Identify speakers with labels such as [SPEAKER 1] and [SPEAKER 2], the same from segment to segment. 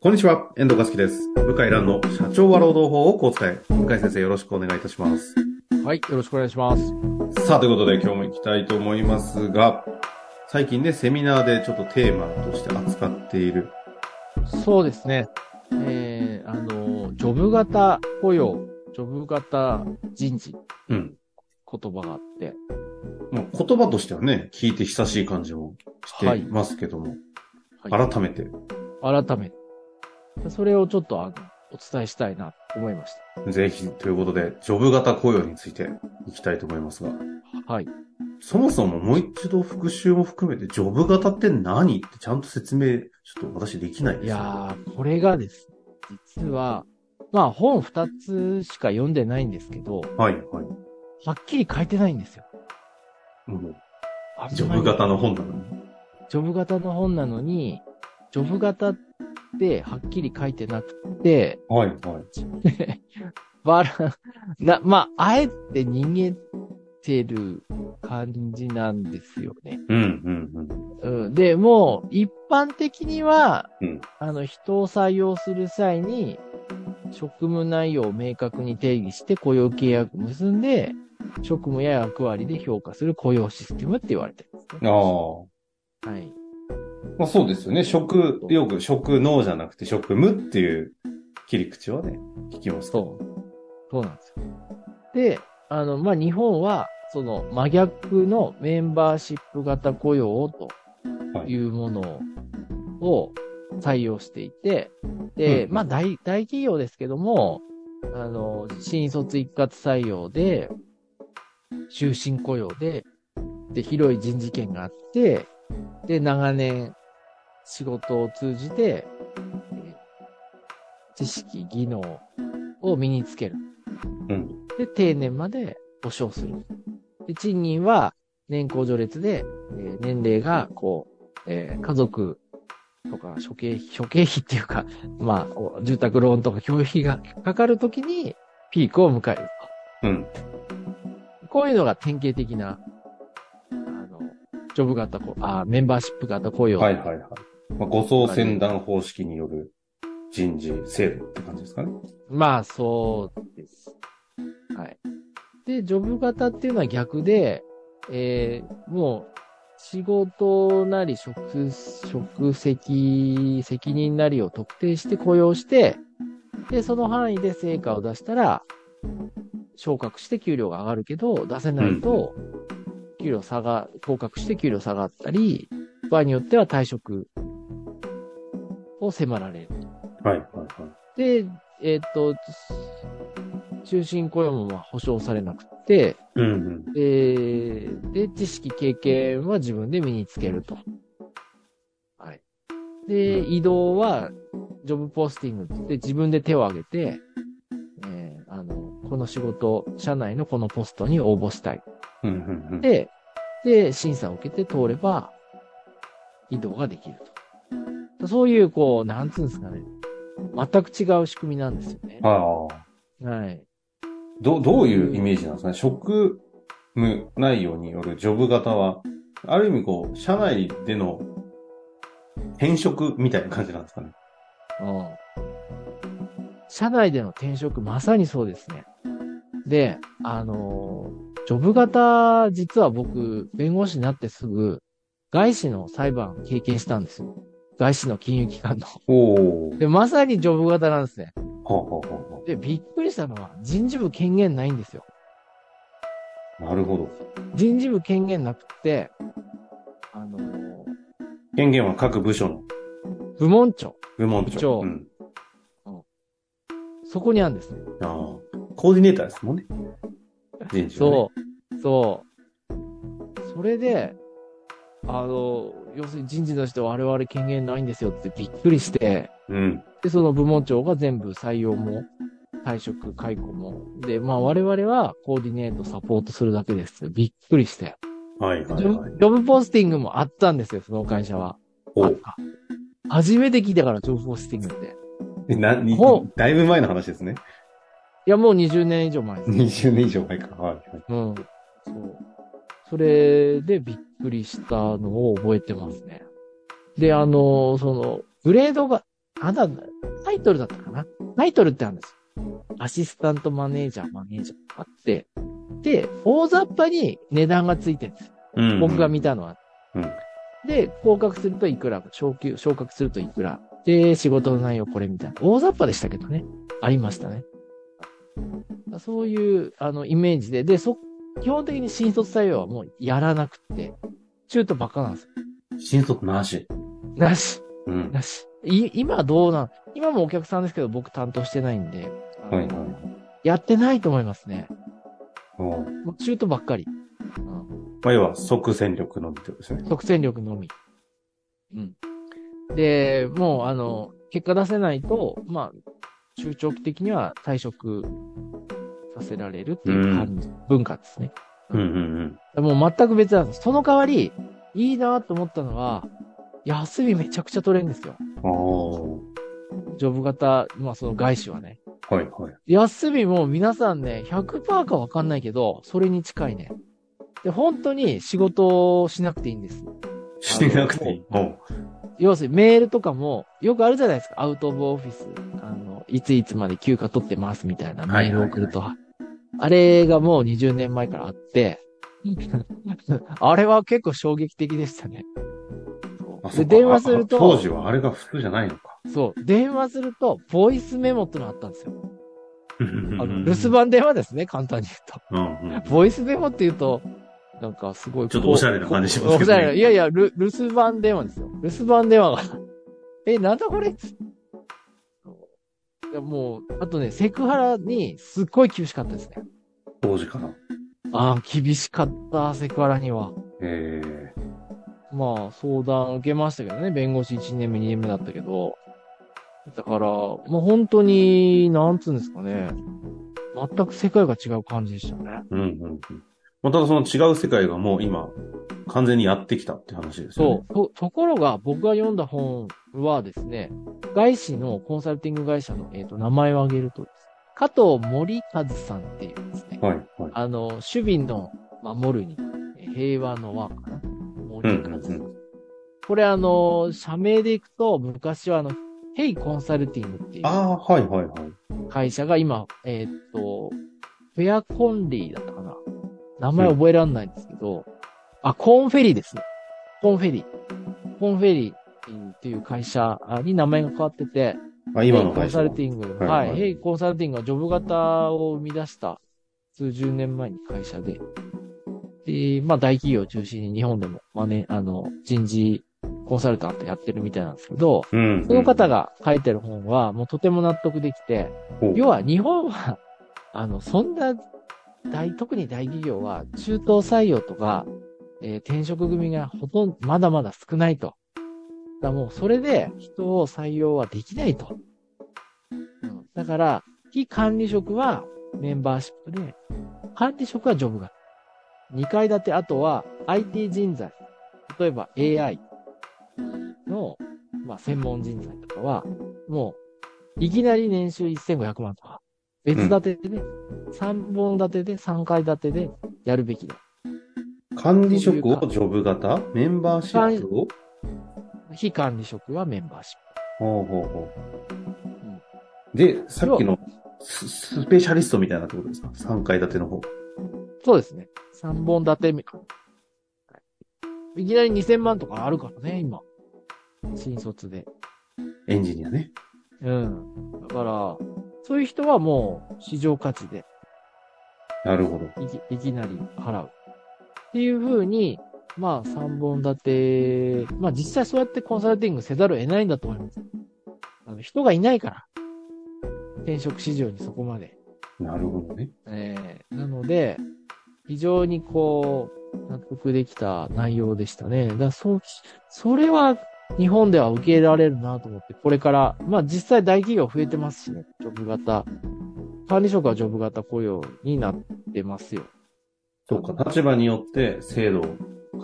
[SPEAKER 1] こんにちは、遠藤和樹です。向井蘭の社長は労働法をこう伝え。向井先生よろしくお願いいたします。
[SPEAKER 2] はい、よろしくお願いします。
[SPEAKER 1] さあ、ということで今日も行きたいと思いますが、最近ね、セミナーでちょっとテーマとして扱っている。
[SPEAKER 2] そうですね。えー、あの、ジョブ型雇用、ジョブ型人事、
[SPEAKER 1] うん。
[SPEAKER 2] 言葉があって、
[SPEAKER 1] まあ、言葉としてはね、聞いて久しい感じもしていますけども、
[SPEAKER 2] はい
[SPEAKER 1] 改めて、
[SPEAKER 2] 改めて。それをちょっとあのお伝えしたいなと思いまし
[SPEAKER 1] ぜひということで、ジョブ型雇用についていきたいと思いますが、
[SPEAKER 2] た。はい。
[SPEAKER 1] そもそももう一度復習も含めて、ジョブ型って何ってちゃんと説明、ちょっと私できないです
[SPEAKER 2] いやー、これがですね、実は、まあ本二つしか読んでないんですけど、
[SPEAKER 1] はい、はい。
[SPEAKER 2] はっきり書いてないんですよ。
[SPEAKER 1] もう
[SPEAKER 2] あんまり
[SPEAKER 1] ジョブ型の本なのに。
[SPEAKER 2] ジョブ型の本なのに、ジョブ型ってはっきり書いてなくて、
[SPEAKER 1] はい、はい。
[SPEAKER 2] バラ、な、まあ、あえて逃げてる感じなんですよね。
[SPEAKER 1] うん、うん、
[SPEAKER 2] うん、で、もう、一般的には、
[SPEAKER 1] うん
[SPEAKER 2] あの、人を採用する際に、職務内容を明確に定義して雇用契約を結んで、職務や役割で評価する雇用システムって言われてるんです
[SPEAKER 1] うん。
[SPEAKER 2] ね。
[SPEAKER 1] あ
[SPEAKER 2] はい。
[SPEAKER 1] あ。まあそうですよね。食、よく食能じゃなくて食無っていう切り口はね、聞きますけど。
[SPEAKER 2] そう。そうなんですよ。で、あの、まあ、日本は、その真逆のメンバーシップ型雇用というものを採用していて、で、
[SPEAKER 1] うん
[SPEAKER 2] まあ大、大企業ですけども、あの、新卒一括採用で、終身雇用で、で、広い人事権があって、で、長年仕事を通じて、え知識、技能を身につける。
[SPEAKER 1] うん。
[SPEAKER 2] で、定年まで保障する。で、賃金は年功序列で、えー年齢が、こう、えー家族とか諸経費、諸経費っていうか、 まあ、お住宅ローンとか教費がかかるときにピークを迎える。
[SPEAKER 1] うん。
[SPEAKER 2] こういうのが典型的な、あの、ジョブ型こ、あー、メンバーシップ型雇用。
[SPEAKER 1] はい、はい、はい。まあ、誤送船団方式による人事制度って感じですかね。
[SPEAKER 2] まあ、そうです。はい。で、ジョブ型っていうのは逆で、えー、もう、仕事なり職、職責、責任なりを特定して雇用して、で、その範囲で成果を出したら、昇格して給料が上がるけど、出せないと、給料下が、降格して給料下がったり、場合によっては退職を迫られる。
[SPEAKER 1] はい、はい、はい。
[SPEAKER 2] で、えっ、と、中心雇用もまあ保障されなくて、
[SPEAKER 1] うん、うん。
[SPEAKER 2] で、で、知識、経験は自分で身につけると。はい。で、移動は、ジョブポスティングって自分で手を挙げて、えーあの、この仕事、社内のこのポストに応募したい。
[SPEAKER 1] うん、うん、うん。
[SPEAKER 2] で、で、審査を受けて通れば、移動ができると。そういう、こう、なんつうんですかね。全く違う仕組みなんですよね。
[SPEAKER 1] ああ。
[SPEAKER 2] はい。
[SPEAKER 1] ど、どういうイメージなんですかね職務内容によるジョブ型は、ある意味こう、社内での転職みたいな感じなんですかね
[SPEAKER 2] うん。社内での転職、まさにそうですね。で、あのージョブ型、実は僕、弁護士になってすぐ、外資の裁判経験したんですよ。外資の金融機関の。
[SPEAKER 1] おお。は
[SPEAKER 2] で、まさにジョブ型なんですね。
[SPEAKER 1] あ、はあは
[SPEAKER 2] で、びっくりしたのは、人事部権限ないんですよ。
[SPEAKER 1] あ、なるほど。
[SPEAKER 2] 人事部権限なくて、あのー
[SPEAKER 1] 権限は各部署の
[SPEAKER 2] 部門長、
[SPEAKER 1] 部門長。
[SPEAKER 2] 部長
[SPEAKER 1] うん。
[SPEAKER 2] そこにあるんですね。
[SPEAKER 1] ああ。コーディネーターですもんね。人事はね、
[SPEAKER 2] そう、そう。それで、あの、要するに人事の人は我々権限ないんですよってびっくりして、
[SPEAKER 1] う。うん。
[SPEAKER 2] で、その部門長が全部採用も、退職、解雇も。で、まあ我々はコーディネート、サポートするだけですってびっくりして。
[SPEAKER 1] はいは
[SPEAKER 2] ジ
[SPEAKER 1] い
[SPEAKER 2] ョ
[SPEAKER 1] は
[SPEAKER 2] ブ
[SPEAKER 1] い。
[SPEAKER 2] ジョブポスティングもあったんですよ、その会社は。
[SPEAKER 1] お
[SPEAKER 2] あった初めて聞いたから、ジョブポスティングって。
[SPEAKER 1] えなに
[SPEAKER 2] ほ
[SPEAKER 1] だいぶ前の話ですね。
[SPEAKER 2] いや、もう20年以上前です。
[SPEAKER 1] 20年以上前か。はいはい。
[SPEAKER 2] うん。そう。それでびっくりしたのを覚えてますね。で、あの、その、グレードが、あだ、タイトルだったかなタイトルってあるんですよ。アシスタントマネージャー、マネージャーあって、で、大雑把に値段がついてるんです。
[SPEAKER 1] うん
[SPEAKER 2] 僕が見たのは。
[SPEAKER 1] うん
[SPEAKER 2] で、降格するといくら、昇級、昇格するといくら。で、仕事の内容これみたいな。大雑把でしたけどね。ありましたね。そういう、あの、イメージで。で、そ、基本的に新卒採用はもうやらなくて、中途ばっかなんですよ。
[SPEAKER 1] 新卒なし。
[SPEAKER 2] なし。
[SPEAKER 1] うん。
[SPEAKER 2] だし、い、今どうなん、今もお客さんですけど、僕担当してないんで、あの
[SPEAKER 1] はいはい。
[SPEAKER 2] やってないと思いますね。
[SPEAKER 1] おう
[SPEAKER 2] もう中途ばっかり。うん
[SPEAKER 1] まあ、要は即戦力のみってことですね。
[SPEAKER 2] 即戦力のみ。うん。で、もう、あの、結果出せないと、まあ、中長期的には退職させられるっていう感じ、文化ですね。
[SPEAKER 1] うんうん
[SPEAKER 2] もう全く別なんです。その代わり、いいなと思ったのは、休みめちゃくちゃ取れるんですよ。
[SPEAKER 1] うん。お
[SPEAKER 2] ジョブ型、まあその外資はね。
[SPEAKER 1] ーはいはい。
[SPEAKER 2] 休みも皆さんね、100%かわかんないけど、それに近いね。で、本当に仕事をしなくていいんです。
[SPEAKER 1] しなくていい。おう
[SPEAKER 2] 要するにメールとかも、よくあるじゃないですか。アウトオブオフィス。あの、いついつまで休暇取ってますみたいなメールを送ると。あれがもう20年前からあ って、あれは結構衝撃的でしたね。
[SPEAKER 1] あそ
[SPEAKER 2] で、
[SPEAKER 1] っか
[SPEAKER 2] 電話すると、
[SPEAKER 1] あ当時はあれが普通じゃないのか。
[SPEAKER 2] そう、電話すると、ボイスメモってのがあったんですよ。
[SPEAKER 1] あ
[SPEAKER 2] あの、留守番電話ですね、簡単に言うと。
[SPEAKER 1] うんうん。
[SPEAKER 2] ボイス電話って言うと、なんかすごいこう。
[SPEAKER 1] ちょっとおしゃれな感じします
[SPEAKER 2] お
[SPEAKER 1] け
[SPEAKER 2] し
[SPEAKER 1] ど
[SPEAKER 2] ゃ
[SPEAKER 1] ね
[SPEAKER 2] れな。いやいや、ル留守番電話ですよ。留守番電話が。 え、なんだこれいやもう、あとね、セクハラにすっごい厳しかったですね。
[SPEAKER 1] 当時から。
[SPEAKER 2] ああ、厳しかった、セクハラには。
[SPEAKER 1] ええ
[SPEAKER 2] まあ、相談受けましたけどね、弁護士1年目、2年目だったけど。だから、もう本当に、なんつうんですかね。全く世界が違う感じでしたね。
[SPEAKER 1] うんうんうん。まあただその違う世界がもう今、完全にやってきたって話ですよね。
[SPEAKER 2] そう。と、ところが僕が読んだ本はですね、外資のコンサルティング会社の、えっ、と、名前を挙げるとですね加藤森和さんっていうですね、
[SPEAKER 1] はいはい。
[SPEAKER 2] あの、守備の守るに、え平和の和かな森和さん。
[SPEAKER 1] うんう
[SPEAKER 2] これあの、社名でいくと、昔はあの、ヘイコンサルティングってい
[SPEAKER 1] あ
[SPEAKER 2] う
[SPEAKER 1] あ、はいはいはい。
[SPEAKER 2] 会社が今、えっ、と、フェアコンリーだったかな名前覚えらんないんですけど、あ、コーンフェリーですね。コーンフェリー。コーンフェリーっていう会社に名前が変わってて、
[SPEAKER 1] あ今の
[SPEAKER 2] ヘイコン
[SPEAKER 1] 会社
[SPEAKER 2] サ
[SPEAKER 1] は。
[SPEAKER 2] ルティング、
[SPEAKER 1] は
[SPEAKER 2] はいい、
[SPEAKER 1] はい
[SPEAKER 2] ヘイコンサルティングがジョブ型を生み出した数十年前に会社で、で、まあ大企業を中心に日本でも、まあね、あの、人事コンサルタントやってるみたいなんですけど、
[SPEAKER 1] うん、うん。
[SPEAKER 2] その方が書いてる本はもうとても納得できて、
[SPEAKER 1] ほう、
[SPEAKER 2] 要は日本は、あの、そんな大、特に大企業は中東採用とか、えー転職組がほとんど、まだまだ少ないと。だからもうそれで人を採用はできないと。うん、だから、非管理職はメンバーシップで、管理職はジョブ型。2階建て、あとは IT 人材。例えば AI の、まあ、専門人材とかは、もう、いきなり年収1500万とか、別建てでね、3本立てで3階建てでやるべきだ。
[SPEAKER 1] 管理職をジョブ型メンバーシップを
[SPEAKER 2] 非管理職はメンバーシッ
[SPEAKER 1] ほうほうほ
[SPEAKER 2] ん
[SPEAKER 1] う。で、さっきのススペシャリストみたいなってことですか ?3 階建ての方。
[SPEAKER 2] プ。そうですね。3本立てみはいいきなり2000万とかあるからね、今。新卒で。
[SPEAKER 1] エンジニアね。
[SPEAKER 2] うん。だから、そういう人はもう市場価値で
[SPEAKER 1] なるほど。
[SPEAKER 2] いきいきなり払う。っていう風に、まあ3本立て、まあ実際そうやってコンサルティングせざるを得ないんだと思います。あの人がいないから。転職市場にそこまで。
[SPEAKER 1] なるほどね。
[SPEAKER 2] えーなので、非常にこう、納得できた内容でしたね。だからそ、それは日本では受け入れられるなと思って、これから、まあ実際大企業増えてますしね、ジョブ型。管理職はジョブ型雇用になってますよ。
[SPEAKER 1] そうか、立場によって制度を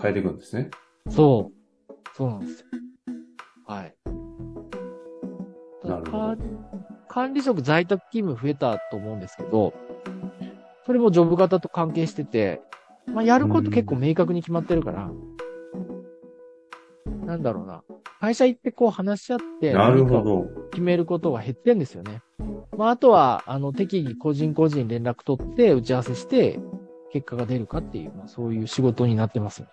[SPEAKER 1] 変えていくんですね。
[SPEAKER 2] そう。そうなんですよ。はい。
[SPEAKER 1] なるほど
[SPEAKER 2] か管理職在宅勤務増えたと思うんですけど、それもジョブ型と関係してて、まあ、やること結構明確に決まってるから、なんだろうな。会社行ってこう話し合って、
[SPEAKER 1] なるほ
[SPEAKER 2] 何か
[SPEAKER 1] ど。
[SPEAKER 2] 決めることは減ってんですよね。まあ、あとは、あの、適宜個人個人連絡取って、打ち合わせして、結果が出るかっていう、まあ、そういう仕事になってます。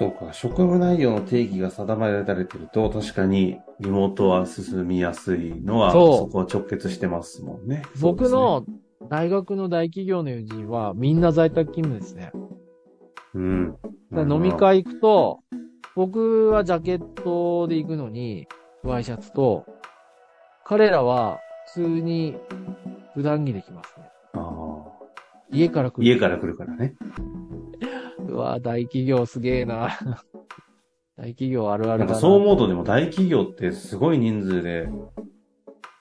[SPEAKER 1] そうか、職務内容の定義が定められてると、確かにリモートは進みやすいのは、
[SPEAKER 2] そう
[SPEAKER 1] そこは直結してますもんね。
[SPEAKER 2] 僕
[SPEAKER 1] そ
[SPEAKER 2] の大学の大企業の友人は、みんな在宅勤務ですね。
[SPEAKER 1] うですね、うん。
[SPEAKER 2] だから飲み会行くと、僕はジャケットで行くのに、ワイシャツと、彼らは普通に普段着で来ますね。
[SPEAKER 1] あー。
[SPEAKER 2] 家から来る。
[SPEAKER 1] 家から来るからね。
[SPEAKER 2] うわ大企業すげえな。 大企業ある
[SPEAKER 1] な
[SPEAKER 2] ある
[SPEAKER 1] ん
[SPEAKER 2] だ
[SPEAKER 1] か
[SPEAKER 2] な。
[SPEAKER 1] そう思うとでも大企業ってすごい人数で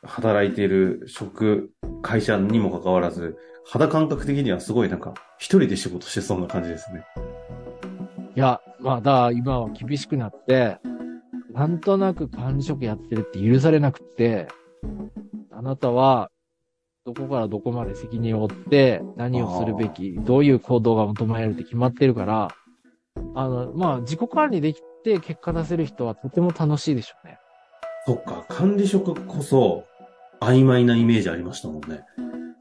[SPEAKER 1] 働いている職、会社にもかかわらず、肌感覚的にはすごいなんか一人で仕事してそうな感じですね。
[SPEAKER 2] いや、まあ、だから今は厳しくなって、なんとなく管理職やってるって許されなくって、あなたは、どこからどこまで責任を負って、何をするべき、どういう行動が求められるって決まってるから、あの、まあ、自己管理できて結果出せる人はとても楽しいでしょうね。
[SPEAKER 1] そっか、管理職こそ曖昧なイメージありましたもんね。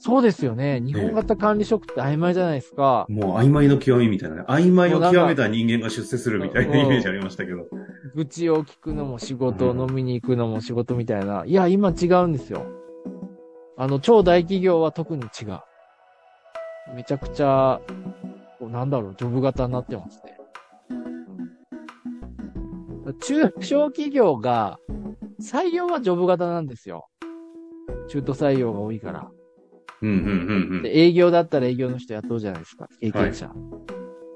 [SPEAKER 2] そうですよね。日本型管理職って曖昧じゃないですか。
[SPEAKER 1] もう曖昧の極みみたいなね。曖昧を極めた人間が出世するみたいな
[SPEAKER 2] うん
[SPEAKER 1] イメージありましたけど。
[SPEAKER 2] 愚痴を聞くのも仕事、
[SPEAKER 1] うん
[SPEAKER 2] 飲みに行くのも仕事みたいな。いや、今違うんですよ。あの、超大企業は特に違う。めちゃくちゃ、こうなんだろう、ジョブ型になってますね。中小企業が、採用はジョブ型なんですよ。中途採用が多いから。
[SPEAKER 1] うんうんうんうん。
[SPEAKER 2] で、営業だったら営業の人雇うじゃないですか、経験者。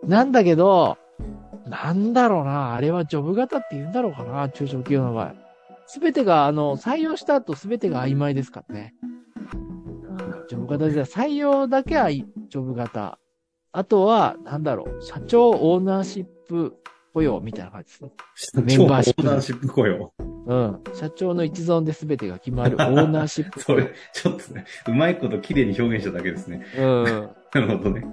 [SPEAKER 2] なんだけど、なんだろうな、あれはジョブ型って言うんだろうかな、中小企業の場合。すべてが、あの、採用した後すべてが曖昧ですからね。ジョブ型じゃ、採用だけはジョブ型。あとは、なんだろう、社長オーナーシップ雇用みたいな感じですね。メンバーシップ
[SPEAKER 1] 超オーナーシップ雇用。
[SPEAKER 2] うん。社長の一存で全てが決まる。オーナーシップ。
[SPEAKER 1] それ、ちょっとね、うまいこと綺麗に表現しただけですね。
[SPEAKER 2] うん。
[SPEAKER 1] なるほどね。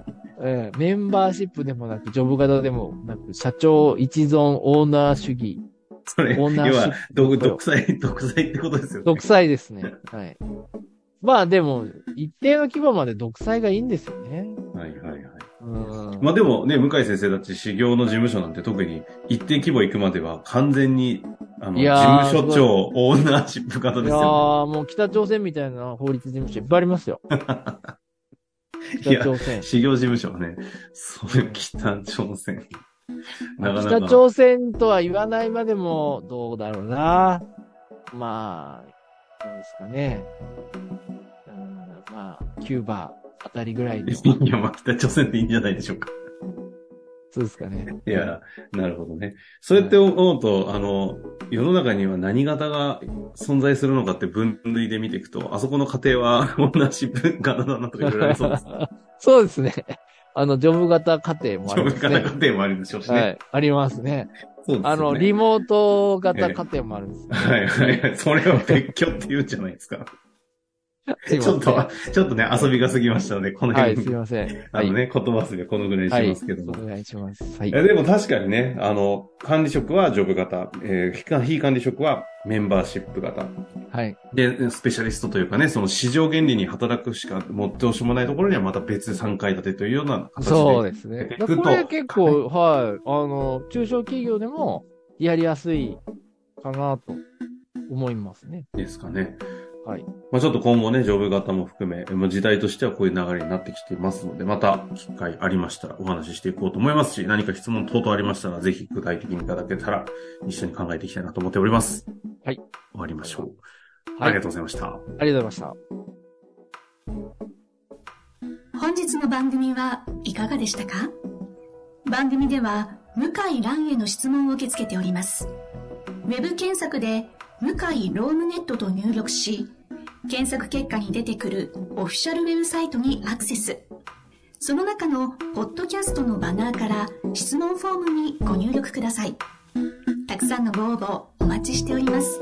[SPEAKER 2] ええメンバーシップでもなく、ジョブ型でもなく、社長一存オーナー主義、
[SPEAKER 1] それ、
[SPEAKER 2] オーナー
[SPEAKER 1] 要
[SPEAKER 2] シ
[SPEAKER 1] は
[SPEAKER 2] ップ。
[SPEAKER 1] 独独裁、独裁ってことですよね。
[SPEAKER 2] 独裁ですね。はい。まあでも、一定の規模まで独裁がいいんですよね。
[SPEAKER 1] はいはいはい。
[SPEAKER 2] うん。
[SPEAKER 1] まあでもね、向井先生たち修行の事務所なんて特に一定規模行くまでは完全に、あの、
[SPEAKER 2] い
[SPEAKER 1] 事
[SPEAKER 2] やー
[SPEAKER 1] 務所長オーナーシップ型
[SPEAKER 2] い
[SPEAKER 1] です
[SPEAKER 2] や
[SPEAKER 1] よ
[SPEAKER 2] ー、もう北朝鮮みたいな法律事務所いっぱいありますよ。
[SPEAKER 1] いや
[SPEAKER 2] 北朝鮮
[SPEAKER 1] ね。。修行事務所はね、それ北朝鮮。なかな
[SPEAKER 2] 北
[SPEAKER 1] か。
[SPEAKER 2] 朝鮮とは言わないまでも、どうだろうな。まあ、どうですかね。うんまあ、キューバあたりぐらいで。
[SPEAKER 1] いや、まあ北朝鮮でいいんじゃないでしょうか。
[SPEAKER 2] そうですかね。
[SPEAKER 1] いや、なるほどね。そうやって思うと、あの、世の中には何型が存在するのかって分類で見ていくと、あそこの家庭はオーナーシップ型だなとか言われ そうです。
[SPEAKER 2] そうですね。あの、ジョブ型家庭もあ
[SPEAKER 1] 自
[SPEAKER 2] りま
[SPEAKER 1] 分
[SPEAKER 2] す
[SPEAKER 1] から
[SPEAKER 2] ね。
[SPEAKER 1] 家庭もあるでしょうしね。
[SPEAKER 2] はい。ありますね。
[SPEAKER 1] そうですよね。
[SPEAKER 2] あの、リモート型家庭もあるんですね。
[SPEAKER 1] はいはいはい。 それは別居って言うんじゃないです か。
[SPEAKER 2] すいま
[SPEAKER 1] ち
[SPEAKER 2] せ
[SPEAKER 1] ょ
[SPEAKER 2] ん
[SPEAKER 1] っと、ちょっとね、遊びが過ぎましたので、この
[SPEAKER 2] は
[SPEAKER 1] 辺
[SPEAKER 2] い、すい
[SPEAKER 1] に、
[SPEAKER 2] ません。
[SPEAKER 1] あの
[SPEAKER 2] はい
[SPEAKER 1] ね、言葉遊びはこのぐらいに
[SPEAKER 2] は
[SPEAKER 1] し
[SPEAKER 2] い、
[SPEAKER 1] ますけども。
[SPEAKER 2] お願いします。はい
[SPEAKER 1] い。やでも確かにね、あの、管理職はジョブ型、えー非管非管理職はメンバーシップ型。
[SPEAKER 2] はい。
[SPEAKER 1] で、スペシャリストというかね、その市場原理に働くしか、もうどうしようもないところにはまた別3階建てというような形で。
[SPEAKER 2] そうですね。
[SPEAKER 1] 行くと
[SPEAKER 2] これ結構、はい。あの、中小企業でもやりやすいかなと思いますね。
[SPEAKER 1] ですかね。
[SPEAKER 2] はい。
[SPEAKER 1] まあちょっと今後ね、ジョブ型も含め、もう時代としてはこういう流れになってきていますので、また機会ありましたらお話ししていこうと思いますし、何か質問等々ありましたら、ぜひ具体的にいただけたら、一緒に考えていきたいなと思っております。
[SPEAKER 2] はい。
[SPEAKER 1] 終わりましょう。ありが
[SPEAKER 2] はい。ありが
[SPEAKER 1] とうございました。
[SPEAKER 2] とうございました。
[SPEAKER 3] 本日の番組はいかがでしたか番組では向井蘭への質問を受け付けておりますウェブ検索で「向井ロームネット」と入力し検索結果に出てくるオフィシャルウェブサイトにアクセスその中のポッドキャストのバナーから質問フォームにご入力くださいたくさんのご応募お待ちしております